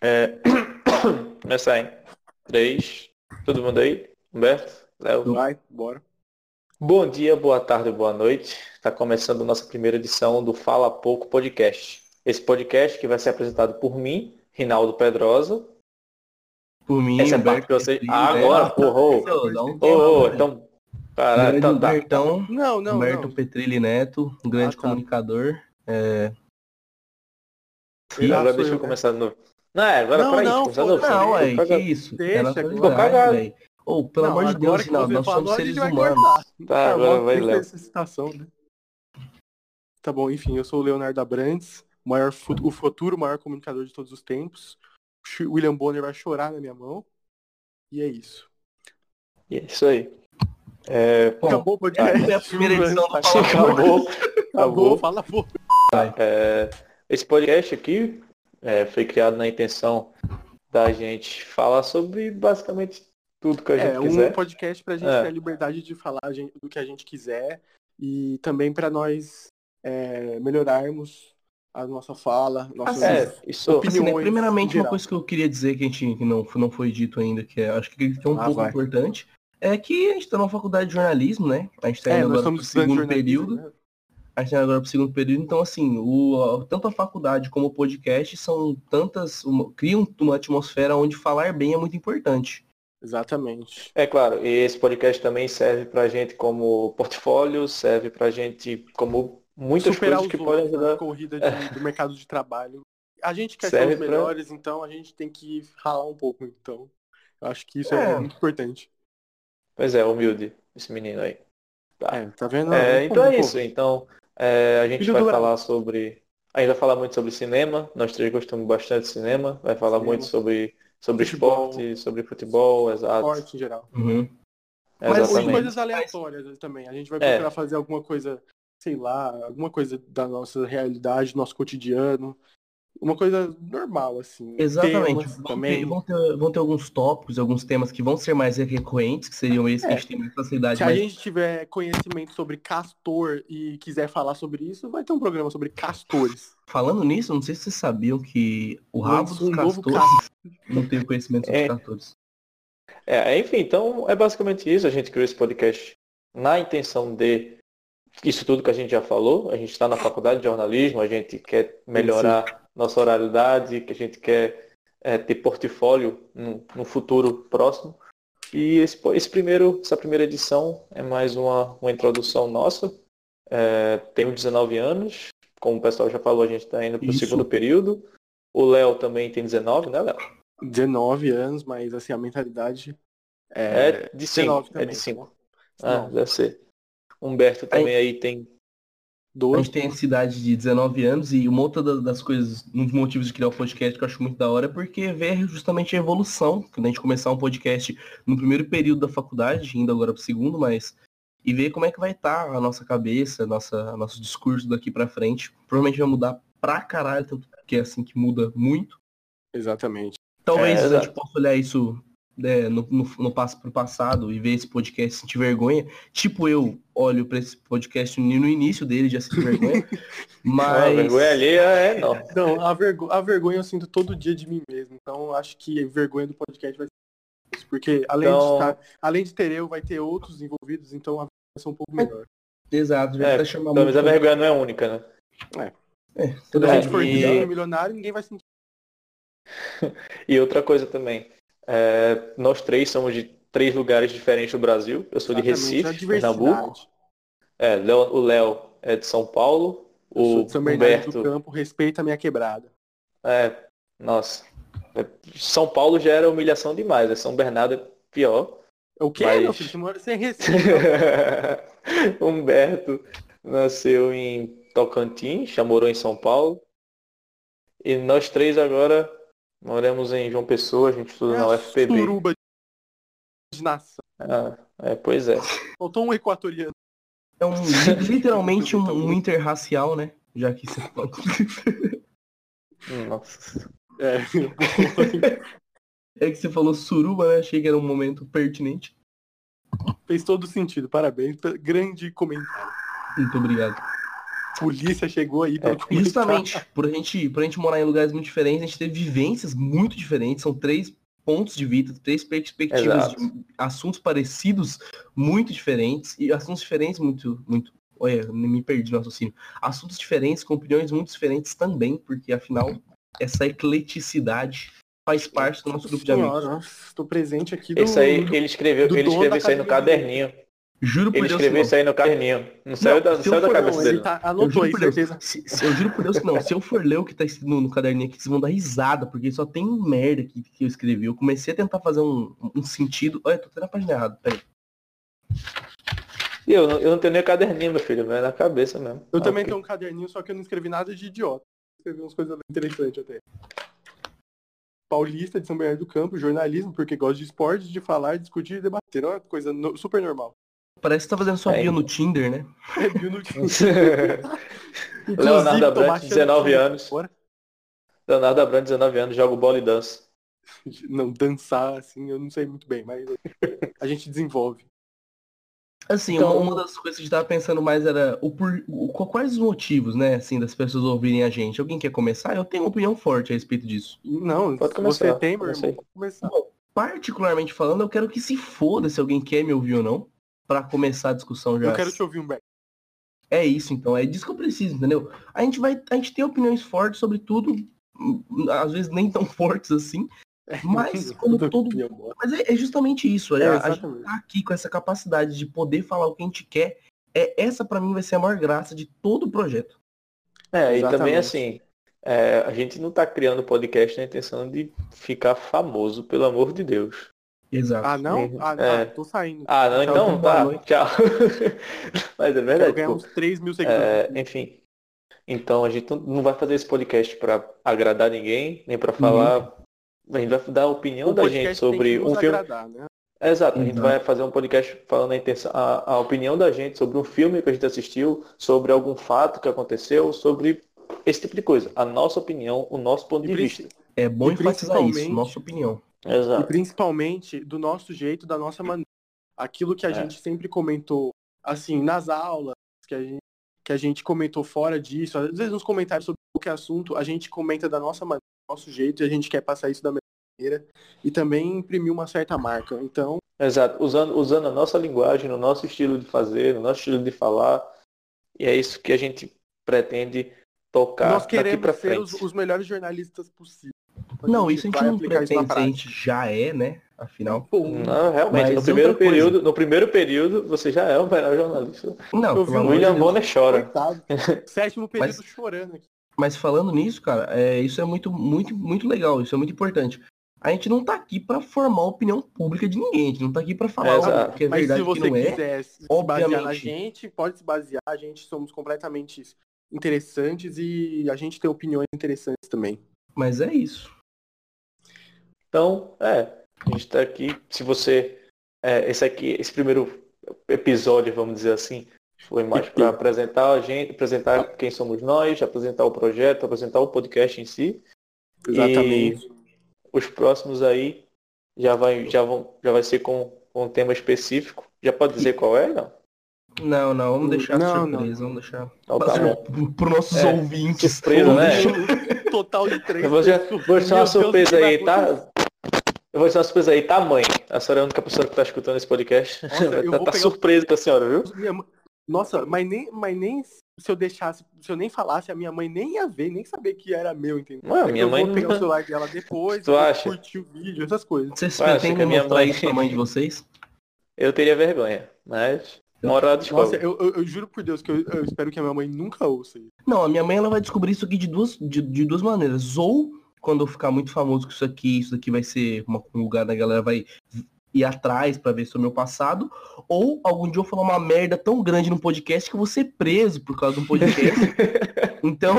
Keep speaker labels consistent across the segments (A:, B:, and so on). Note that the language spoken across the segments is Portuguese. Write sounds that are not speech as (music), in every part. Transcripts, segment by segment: A: É... Começar em 3. Todo mundo aí? Humberto? Léo?
B: Vai, bora.
A: Bom dia, boa tarde, boa noite. Está começando nossa primeira edição do Fala Pouco Podcast. Esse podcast que vai ser apresentado por mim, Rinaldo Pedrosa.
C: Por mim,
A: Essa é a parte que vocês. Ah, agora, porra! Ô,
C: né? Não,
A: ô, ô, então. Caralho, então tá.
C: Humbertão,
B: Não, não,
C: Humberto
B: não.
C: Petrilli Neto, um grande
B: Ah, tá.
C: comunicador. É...
B: Ih,
A: Agora
B: sou
A: deixa
B: eu,
A: eu
B: né?
A: começar de novo. Não, é, agora
B: Não,
A: peraí.
B: não, é,
A: começar de
B: pô,
A: novo.
C: Não,
A: Foi
C: ué, que
A: cagado.
C: isso?
B: Deixa,
C: Era pra
B: ficou
C: zoar,
A: cagado.
C: velho. Ô, pelo
B: Não,
C: amor de
B: agora
C: Deus,
B: que você
C: Rinaldo, nós
B: falou,
C: somos
B: a gente
C: seres
B: vai
C: humanos.
B: cortar.
A: Tá, agora
B: bom,
A: vai,
B: tem
A: Léo.
B: essa citação, Ah, né? Tá bom, enfim, eu sou o Leonardo Abrantes, o maior fu- o futuro maior comunicador de todos os tempos. Ch- William Bonner vai chorar na minha mão. E é isso.
A: E É isso aí. É,
C: Bom,
B: acabou o podcast.
C: essa é a primeira edição do Fala
A: (laughs) acabou.
B: Acabou, fala pouco.
A: É, esse podcast aqui é, foi criado na intenção da gente falar sobre basicamente tudo que a gente
B: É,
A: quiser.
B: um podcast pra gente
A: É.
B: ter a liberdade de falar a gente- do que a gente quiser e também pra nós é, melhorarmos a nossa fala, nossas
C: Assim,
A: É, isso.
C: Assim, né,
B: opiniões,
C: primeiramente,
B: em
C: uma
B: geral.
C: coisa que eu queria dizer que a gente que não, não foi dito ainda, que é, acho que é um
B: Ah,
C: pouco
B: vai.
C: importante, é que a gente tá numa faculdade de jornalismo, né? A gente tá
B: É,
C: indo
B: nós
C: agora pro
B: somos estudantes
C: segundo
B: de jornalismo,
C: período.
B: né?
C: a gente tá agora pro segundo período, então assim, o, a- tanto a faculdade como o podcast são tantas. uma- criam uma atmosfera onde falar bem é muito importante.
B: Exatamente.
A: É claro, e esse podcast também serve pra gente como portfólio, serve pra gente como muitas
B: Superar
A: coisas
B: os
A: que
B: outros né?
A: podem
B: na
A: ajudar.
B: corrida de- do mercado de trabalho. A gente quer
A: Serve
B: ser os
A: pra-
B: melhores, então a gente tem que ralar um pouco, então. Eu acho que isso é,
C: É.
B: muito importante.
A: Pois é, humilde, esse menino aí. Tá.
B: É, tá vendo?
A: É, então
B: Pô,
A: é
B: pô,
A: isso. Então, é, a gente
B: Filho
A: vai
B: do
A: falar sobre. A gente vai falar muito sobre cinema. Nós três gostamos bastante de cinema. Vai falar
B: Cinema.
A: muito sobre, sobre
B: Futebol.
A: esporte, sobre futebol, exato.
B: Esporte em geral.
C: Mas,
B: Mas
A: Exatamente.
B: coisas aleatórias também. A gente vai
A: É.
B: procurar fazer alguma coisa, sei lá, alguma coisa da nossa realidade, do nosso cotidiano. Uma coisa normal, assim.
C: Exatamente.
B: Temas
C: Vão,
B: também.
C: Ter, vão, ter, vão ter alguns tópicos, alguns temas que vão ser mais recorrentes, que seriam esses que a gente tem mais facilidade.
B: É. Se a
C: Mas
B: gente tiver conhecimento sobre castor e quiser falar sobre isso, vai ter um programa sobre castores.
C: falando nisso, não sei se vocês sabiam que o rabo
B: Lança
C: dos
B: um novo
C: castores não teve conhecimento sobre
A: É.
C: castores.
A: É, enfim, então é basicamente isso. A gente criou esse podcast na intenção de isso tudo que a gente já falou. A gente está na faculdade de jornalismo, a gente quer melhorar nossa oralidade, que a gente quer é, ter portfólio no, no futuro próximo. E esse, po- esse primeiro, essa primeira edição é mais uma, uma introdução nossa. É, tenho 19 anos, como o pessoal já falou, a gente está indo para o
C: Isso.
A: segundo período. O Léo também tem 19, né, Léo?
B: 19 anos, mas assim, a mentalidade é,
A: É de 5. É de 5.
B: tá bom?
A: Ah,
B: 19.
A: deve ser. Humberto também aí, tem.
C: A
B: 12.
C: gente tem essa idade de 19 anos e uma outra da- das coisas, um dos motivos de criar o podcast que eu acho muito da hora é porque ver justamente a evolução, quando a gente começar um podcast no primeiro período da faculdade, indo agora pro segundo, mas e ver como é que vai estar a nossa cabeça, a nossa nosso discurso daqui pra frente. Provavelmente vai mudar pra caralho, tanto que é assim que muda muito.
B: Exatamente.
C: Talvez
A: É,
C: a gente
A: exato.
C: possa olhar isso né, no, no, no passo pro passado e ver esse podcast e sentir vergonha. Tipo, eu olho pra esse podcast no no início dele já senti vergonha.
A: (laughs) Ah,
C: mas.
A: vergonha alheia é não.
B: Não, a, vergo- a vergonha eu sinto todo dia de mim mesmo. Então acho que a vergonha do podcast vai ser isso. Porque além,
A: Então-
B: de estar- além de ter eu, vai ter outros envolvidos, então a vergonha vai ser um pouco melhor.
C: Exato, já
A: É,
C: tá chamando.
A: Talvez a vergonha não é única, né?
C: É,
B: Quando
C: tudo
B: a
A: É,
B: gente for
A: e-
B: rico e milionário, ninguém vai sentir.
A: E outra coisa também. é, nós três somos de três lugares diferentes do Brasil. Eu sou de
B: exatamente a
A: Recife,
B: diversidade.
A: Pernambuco. É, Léo- o Léo é de São Paulo.
B: Eu sou
A: O
B: de São Bernardo do
A: Humberto.
B: Campo, respeita a minha quebrada.
A: É, nossa. É, São Paulo já era humilhação demais. né? São Bernardo é pior.
B: O quê,
A: Mas-
B: meu filho? Você mora sem Recife.
A: (laughs) Humberto nasceu em Tocantins, já morou em São Paulo. E nós três agora moramos em João Pessoa, a gente estuda na
B: É a
A: UFPB.
B: Suruba de- de nação.
A: Ah, é, pois é.
B: Faltou um equatoriano.
A: (laughs)
C: É um, li- literalmente um,
B: Então-
C: um interracial, né? Já que você falou. (laughs)
A: Nossa.
B: (laughs) É.
C: É que você falou suruba, né? Achei que era um momento pertinente.
B: Fez todo sentido. Parabéns. Grande comentário.
C: Muito obrigado.
B: polícia chegou aí pra
C: É, justamente, por a, gente, por a gente morar em lugares muito diferentes, a gente teve vivências muito diferentes, são três pontos de vida, três perspectivas,
A: Exato.
C: de assuntos parecidos muito diferentes, e assuntos diferentes muito, muito. Olha, me perdi no raciocínio. Assuntos diferentes, com opiniões muito diferentes também, porque afinal, essa ecleticidade faz parte do nosso grupo de amigos.
B: Senhora, nossa, tô presente aqui do...
A: Esse aí, ele escreveu,
B: do
A: ele
B: dono
A: escreveu
B: da
A: isso aí no
B: academia.
A: caderninho.
C: Juro por
A: Ele
C: Deus
A: escreveu
C: que não.
A: isso aí no caderninho. Não saiu da, não
B: Se
A: saiu
B: eu
A: da
B: for
A: cabeça
B: não,
A: dele.
B: ele tá...
C: Eu
B: anotou
C: juro,
B: aí,
C: por Deus,
B: certeza.
C: se- se- eu juro por Deus que não. Se eu for ler o que tá escrito no, no caderninho aqui, vocês vão dar risada, porque só tem merda aqui que eu escrevi. Eu comecei a tentar fazer um, um sentido. Olha, tô até na página errada, peraí.
A: E Eu, não- eu não tenho nem o caderninho, meu filho, é na cabeça mesmo.
B: Eu
A: Ah, (laughs)
B: também tenho um caderninho, só que eu não escrevi nada de idiota. Escrevi umas coisas interessantes até. Paulista de São Bernardo do Campo, jornalismo, porque gosta de esportes, de falar, discutir e debater. Não é uma coisa no- super normal. (laughs)
C: Parece que tá fazendo sua
A: É.
C: bio no Tinder, né?
B: É viu no Inclusive,
A: Leonardo
B: tô
A: Abrantes,
B: baixando
A: 19
B: tudo
A: anos.
B: agora.
A: Leonardo Abrantes, 19 anos, joga bola e dança.
B: Não, dançar, assim, eu não sei muito bem, mas a gente desenvolve.
C: Assim,
A: Então-
C: uma, uma das coisas que a gente tava pensando mais era o por, o- qual- quais os motivos, né, assim, das pessoas ouvirem a gente. Alguém quer começar? Eu tenho uma opinião forte a respeito disso.
B: Não,
A: Pode
B: você
A: começar,
B: tem, meu
A: comecei.
B: irmão, pode começar.
C: Particularmente falando, eu quero que se foda se alguém quer me ouvir ou não, pra começar a discussão já.
B: Eu quero te ouvir, um Humberto.
C: É isso, então. É disso que eu preciso, entendeu? A gente vai, a gente tem opiniões fortes sobre tudo, hum, às vezes nem tão (laughs) fortes assim,
B: (laughs)
C: mas como
B: É, Tudo
C: todo,
B: que eu gosto.
C: mas é, é justamente isso.
B: É,
C: a- a gente
B: exatamente.
C: tá aqui com essa capacidade de poder falar o que a gente quer. É essa pra mim vai ser a maior graça de todo o projeto.
A: É, e também
B: Exatamente.
A: assim, é, a gente não tá criando podcast na intenção de ficar famoso, pelo amor de Deus.
C: Exato.
B: Ah, não? Ah, não,
A: É.
B: tô saindo.
A: Ah, não,
B: Tchau,
A: então
C: boa
A: tá,
C: noite.
A: tchau. (laughs) Mas é
B: Quero
A: verdade,
B: ganhar um
A: pô.
B: uns 3 mil seguidores.
A: É, enfim. Então a gente não- não vai fazer esse podcast pra agradar ninguém, nem pra falar. A gente vai dar a opinião
B: Uhum. O
A: da
B: podcast
A: gente
B: tem
A: sobre
B: que
A: um
B: nos
A: filme.
B: agradar, né?
A: Exato, a gente
C: Exato.
A: vai fazer um podcast falando a, intenção, a, a opinião da gente sobre um filme que a gente assistiu, sobre algum fato que aconteceu, sobre esse tipo de coisa. A nossa opinião, o nosso ponto
B: E
A: de
B: princi-
A: vista.
C: é bom
B: e
C: enfatizar isso,
B: principalmente-
C: nossa opinião.
B: E
A: Exato.
B: principalmente do nosso jeito, da nossa maneira. Aquilo que a
A: É.
B: gente sempre comentou, assim, nas aulas, que a gente, que a gente comentou fora disso, às vezes nos comentários sobre qualquer assunto, a gente comenta da nossa maneira, do nosso jeito, e a gente quer passar isso da melhor maneira. E também imprimir uma certa marca. Então,
A: Exato. Usando, usando a nossa linguagem, no nosso estilo de fazer, no nosso estilo de falar. E é isso que a gente pretende tocar
B: nós
A: daqui
B: queremos
A: pra
B: ser
A: frente.
B: os, os melhores jornalistas possíveis.
C: Não, isso a gente
B: vai
C: não
B: aplicar isso na
C: pretende, a
B: prática.
C: gente já é, né? Afinal.
B: Pô,
A: Não, realmente,
C: Mas
A: no primeiro,
C: outra coisa.
A: período, no primeiro período você já é um melhor jornalista.
C: Não,
B: Eu vi
C: pelo
B: um
C: amor de
A: William
C: Deus.
A: Bonner chora. (laughs)
B: coitado. Sétimo período
C: Mas-
B: chorando aqui.
C: Mas falando nisso, cara, é, isso é muito, muito, muito legal, isso é muito importante. A gente não tá aqui pra formar opinião pública de ninguém, a gente não tá aqui pra falar
A: É,
C: o
A: exato.
C: que é
B: Mas
C: verdade
B: se
C: e o que
B: você
C: não é.
B: quiser se basear na
C: obviamente.
B: gente, pode se basear. A gente somos completamente interessantes e a gente tem opiniões interessantes também.
C: Mas é isso.
A: Então, é, a gente tá aqui. Se você. é, esse aqui, esse primeiro episódio, vamos dizer assim, foi mais para apresentar a gente, apresentar quem somos nós, apresentar o projeto, apresentar o podcast em si.
B: Exatamente.
A: Os próximos aí já vai, já vão, já vai ser com, com um tema específico. Já pode dizer qual é, não?
C: Não, não, vamos deixar
B: Não,
C: surpresa, vamos deixar.
A: Então, tá bom.
C: Pro- Pro nossos
A: É,
C: ouvintes.
A: surpresa,
C: vamos
A: né?
C: deixar-
B: um Total de três.
A: Eu vou deixar, vou deixar uma
B: Meu Deus, o que
A: surpresa
B: vai
A: aí,
B: acontecer?
A: tá? Eu vou deixar uma surpresa aí, tá, mãe? A senhora é a única pessoa que tá escutando esse podcast. (laughs)
B: Nossa, eu
A: Vai
B: vou
A: tá, tá
B: pegar-
A: surpresa com a senhora, viu?
B: Minha mãe- Nossa, mas nem, mas nem se eu deixasse, se eu nem falasse, a minha mãe nem ia ver, nem saber que era meu, entendeu?
A: Não, é minha
B: eu
A: mãe
B: vou pegar
A: nunca-
B: o celular dela
A: (laughs)
B: depois,
A: Tu
B: eu
A: acha?
B: curtir o vídeo, essas coisas.
C: Vocês
A: Ué, acho que
C: pretendem
A: a minha
C: mostrar
A: mãe-
C: isso pra mãe de vocês?
A: Eu teria vergonha, mas uma hora ela descobre.
B: Nossa, eu, eu- eu juro por Deus que eu, eu espero que a minha mãe nunca ouça isso.
C: Não, a minha mãe ela vai descobrir isso aqui de duas, de, de duas maneiras. Ou quando eu ficar muito famoso com isso aqui, isso aqui vai ser uma- um lugar da galera vai ir atrás pra ver sobre o meu passado. Ou algum dia eu falar uma merda tão grande no podcast que eu vou ser preso por causa de um
B: (laughs)
C: podcast. então,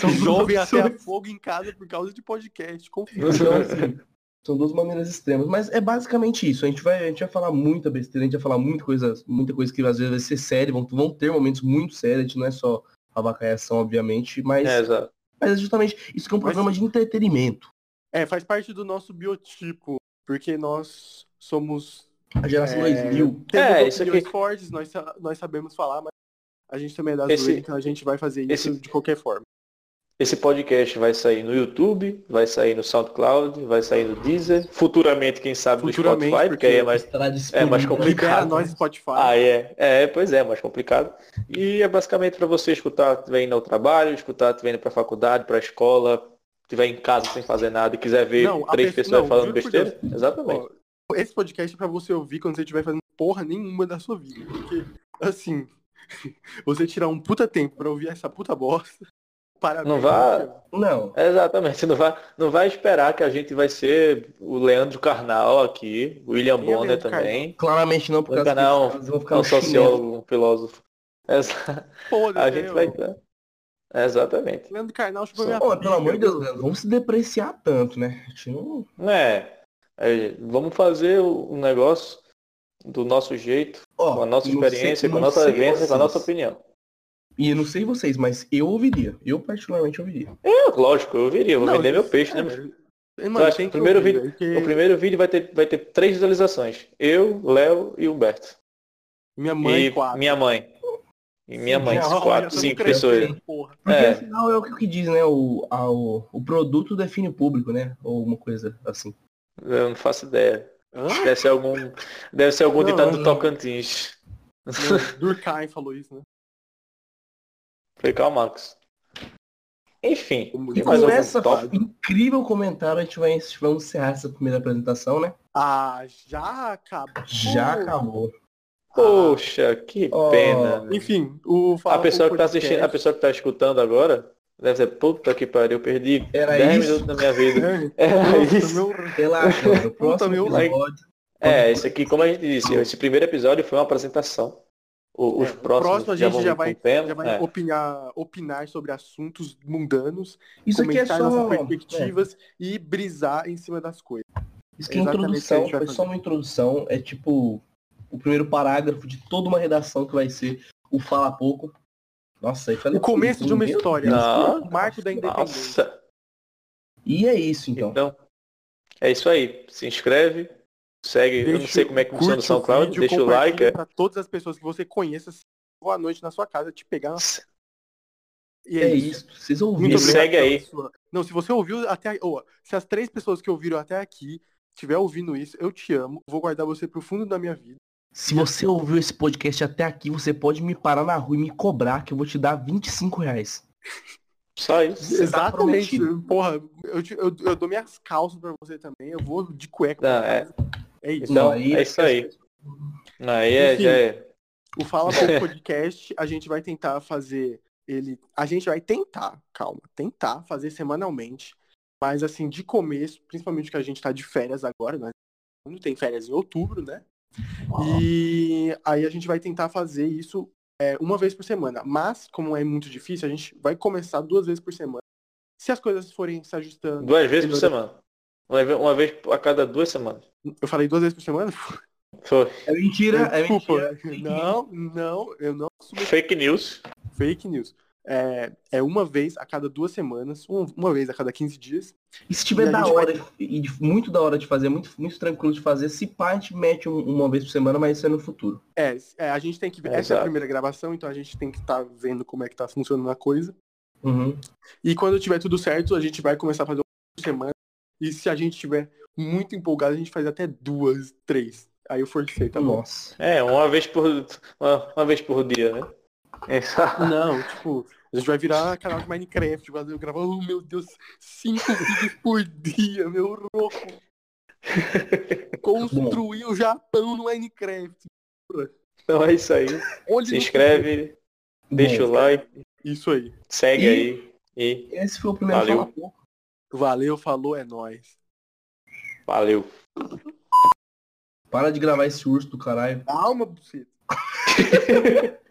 C: São duas
B: Jovem até a
C: opções.
B: fogo em casa por causa de podcast. Confia.
C: então, assim, são duas maneiras extremas. Mas é basicamente isso. A gente vai, a gente vai falar muita besteira, a gente vai falar muita coisa, muita coisa que às vezes vai ser séria, vão, vão ter momentos muito sérios, a gente não é só abacaiação, obviamente, mas.
A: É, exato.
C: Mas é justamente isso que é um
B: Mas-
C: programa de entretenimento.
B: É, faz parte do nosso biotipo, porque nós somos.
C: A geração
B: É,
C: 2000.
B: Temos
A: É, isso
B: opiniões
A: aqui-
B: fortes, nós, sa- nós sabemos falar, mas A gente também é das
A: Esse-
B: duas, então a gente vai fazer isso
A: esse-
B: de qualquer forma.
A: Esse podcast vai sair no YouTube, vai sair no SoundCloud, vai sair no Deezer. Futuramente, quem sabe,
B: Futuramente,
A: no Spotify, porque aí é
B: porque-
A: mais.
C: Estará
A: É
C: disponível.
A: mais
B: Libera
A: complicado.
B: nós Spotify.
A: Ah, é. É, pois é, mais complicado. E é basicamente para você escutar, tiver indo ao trabalho, escutar, tiver indo para faculdade, para escola, tiver em casa sem fazer nada e quiser ver
B: Não, a
A: três
B: pessoa-
A: pessoas
B: não,
A: falando
B: juro por
A: besteira. Exatamente.
B: Ó, esse podcast é pra você ouvir quando você estiver fazendo porra nenhuma da sua vida. Porque, assim, (laughs) você tirar um puta tempo pra ouvir essa puta bosta. Parabéns.
A: Não vá-
B: viu?
C: Não.
A: Exatamente. (laughs) Você Não vai, não vai esperar que a gente vai ser o Leandro Carnal aqui, o William
B: Quem é
A: Bonner
B: Leandro
A: também,
C: Claramente não, por
A: Vai
C: causa
A: ficar, não.
C: que eles vão ficar
A: um
C: no chinelo.
A: sociólogo, um filósofo. Exa-
B: Foda-se,
A: (laughs) A gente
B: eu-
A: vai. Exatamente.
B: Leandro Carnal chupou
A: Só-
B: minha
C: Ó, pelo amor de Deus, Leandro, vamos se depreciar tanto, né? A gente não-
A: É, é, vamos fazer o- um negócio do nosso jeito,
C: Ó,
A: com a nossa
C: não
A: experiência,
C: sei-
A: com a
C: não
A: nossa
C: sei
A: vivência, com a
C: vocês.
A: nossa opinião.
C: E eu não sei vocês, mas eu ouviria. Eu particularmente ouviria.
A: É, lógico, eu viria, vou
B: Não,
A: vender meu
B: isso-
A: peixe, né?
B: é,
A: meu filho?
B: Mano,
A: Acho que
B: tem
A: o primeiro
B: ouvir,
A: vídeo-
B: velho, porque
A: O primeiro vídeo vai ter, vai ter três visualizações. Eu, Léo e Humberto.
B: Minha mãe,
A: e
B: quatro.
A: minha mãe. E minha
C: Sim,
A: mãe,
C: já, ó,
A: quatro,
B: já tamo
A: cinco
B: crescendo,
A: pessoas.
B: porra.
C: Porque
A: É.
C: afinal é o que- o que diz, né? O, a- o, o produto define o público, né? Ou uma coisa assim.
A: Eu não faço ideia.
B: Hã?
A: Deve ser algum, deve ser algum
B: Não,
A: ditado do
C: não.
A: Tocantins.
B: Não, Durkheim falou isso, né?
A: Foi Karl Marx. Enfim,
B: Como-
A: tem
B: E
A: mais
C: com
A: algum
C: essa
A: tópico?
C: incrível comentário, a gente vai, vamos encerrar essa primeira apresentação, né?
B: Ah, já acabou.
C: Já acabou.
A: Poxa, que
C: Ó,
A: pena.
B: Enfim, o
A: A
B: Fala
A: pessoa
B: Como
A: que tá
B: Podcast-
A: assistindo, a pessoa que tá escutando agora, deve ser, puta que pariu, eu perdi
C: Era
A: 10
C: isso?
A: minutos da minha vida. (laughs)
B: É,
A: Era
B: (laughs) nossa,
A: isso.
B: meu-
C: Relaxa,
B: (laughs)
C: no próximo
B: meu,
A: like.
C: episódio.
A: É, esse aqui, como a gente disse, esse primeiro episódio foi uma apresentação. O- os
B: É, o
A: próximos
B: próximo a
A: já
B: gente
A: vão
B: já
A: vir com
B: vai-
A: tema,
B: Já vai
A: é.
B: opinar, opinar sobre assuntos mundanos,
C: Isso aqui é
B: comentar
C: só. É,
B: nossas perspectivas e brisar em cima das coisas.
C: Isso que é
B: Exatamente o que a
C: introdução,
B: gente vai
C: foi só uma introdução, é tipo o primeiro parágrafo de toda uma redação que vai ser o Fala Pouco. Nossa, aí falei
B: O começo de uma
C: Meu
B: história,
C: Deus.
A: Não.
B: o marco da independência.
A: Nossa,
C: E é isso então.
A: então, é isso aí. Se inscreve, segue, eu não
B: Deixa-
A: sei como é que funciona o
B: curte o
A: SoundCloud,
B: vídeo,
A: deixa o
B: compartilha
A: like. é.
B: Pra todas as pessoas que você conheça, se boa noite na sua casa, te pegar. na- E
C: é isso. Vocês ouviram.
A: Me
C: né?
A: obrigado. segue
B: pela
A: aí.
B: sua- Não, se você ouviu até aqui, ó, se as três pessoas que ouviram até aqui estiver ouvindo isso, eu te amo, vou guardar você pro fundo da minha vida.
C: Se você ouviu esse podcast até aqui, você pode me parar na rua e me cobrar que eu vou te dar 25 reais.
A: Só isso.
C: tá
B: Exatamente.
C: prometido.
B: Porra, eu, te- eu, eu dou minhas calças pra você também, eu vou de cueca.
A: Não,
B: pra casa. é... isso.
A: Então,
C: Não, aí-
A: é isso aí. Aí é,
B: Enfim.
A: já é.
B: O Fala
C: É.
B: Pouco Podcast, a gente vai tentar fazer ele. A gente vai tentar, calma, tentar fazer semanalmente. Mas assim, de começo, principalmente que a gente tá de férias agora, né? Quando tem férias em outubro, né? E aí a gente vai tentar fazer isso é, uma vez por semana. Mas, como é muito difícil, a gente vai começar duas vezes por semana. Se as coisas forem se ajustando.
A: Duas vezes por semana. Uma vez- uma vez a cada duas semanas.
B: Eu falei duas vezes por semana?
A: Foi.
C: É mentira, é mentira.
B: Não, não, eu não assumo
A: Fake news.
B: Fake news. É, é uma vez a cada duas semanas, um- uma vez a cada 15 dias.
C: E se
B: E
C: tiver
B: a
C: da
B: gente
C: hora, e de- muito da hora de fazer, muito, muito tranquilo de fazer, se pá, a gente mete um- uma vez por semana, mas isso é no futuro.
B: É, é, a gente tem que ver.
A: É,
B: essa é a
A: exato.
B: primeira gravação, então a gente tem que estar vendo como é que tá funcionando a coisa.
C: Uhum.
B: E quando tiver tudo certo, a gente vai começar a fazer uma por semana. E se a gente tiver muito empolgado, a gente faz até duas, três. Aí eu forcei,
C: Hum.
B: tá bom?
C: Nossa.
A: É, uma vez por. Uma, uma vez por dia, né? Exato.
B: Não, tipo, a gente vai virar canal de Minecraft, vai gravar, oh meu Deus, cinco vídeos por dia, meu louco. Construir o Japão no Minecraft.
A: (laughs) Então é isso aí.
B: Olha
A: Se
B: no-
A: inscreve, deixa
C: Bom,
A: o like,
B: Isso aí.
A: segue
C: E-
A: aí. E
C: Esse foi o primeiro
A: Valeu.
C: Fala Pouco.
B: Valeu, falou, é nóis.
A: valeu.
C: Para de gravar esse urso do caralho.
B: Calma, buceta.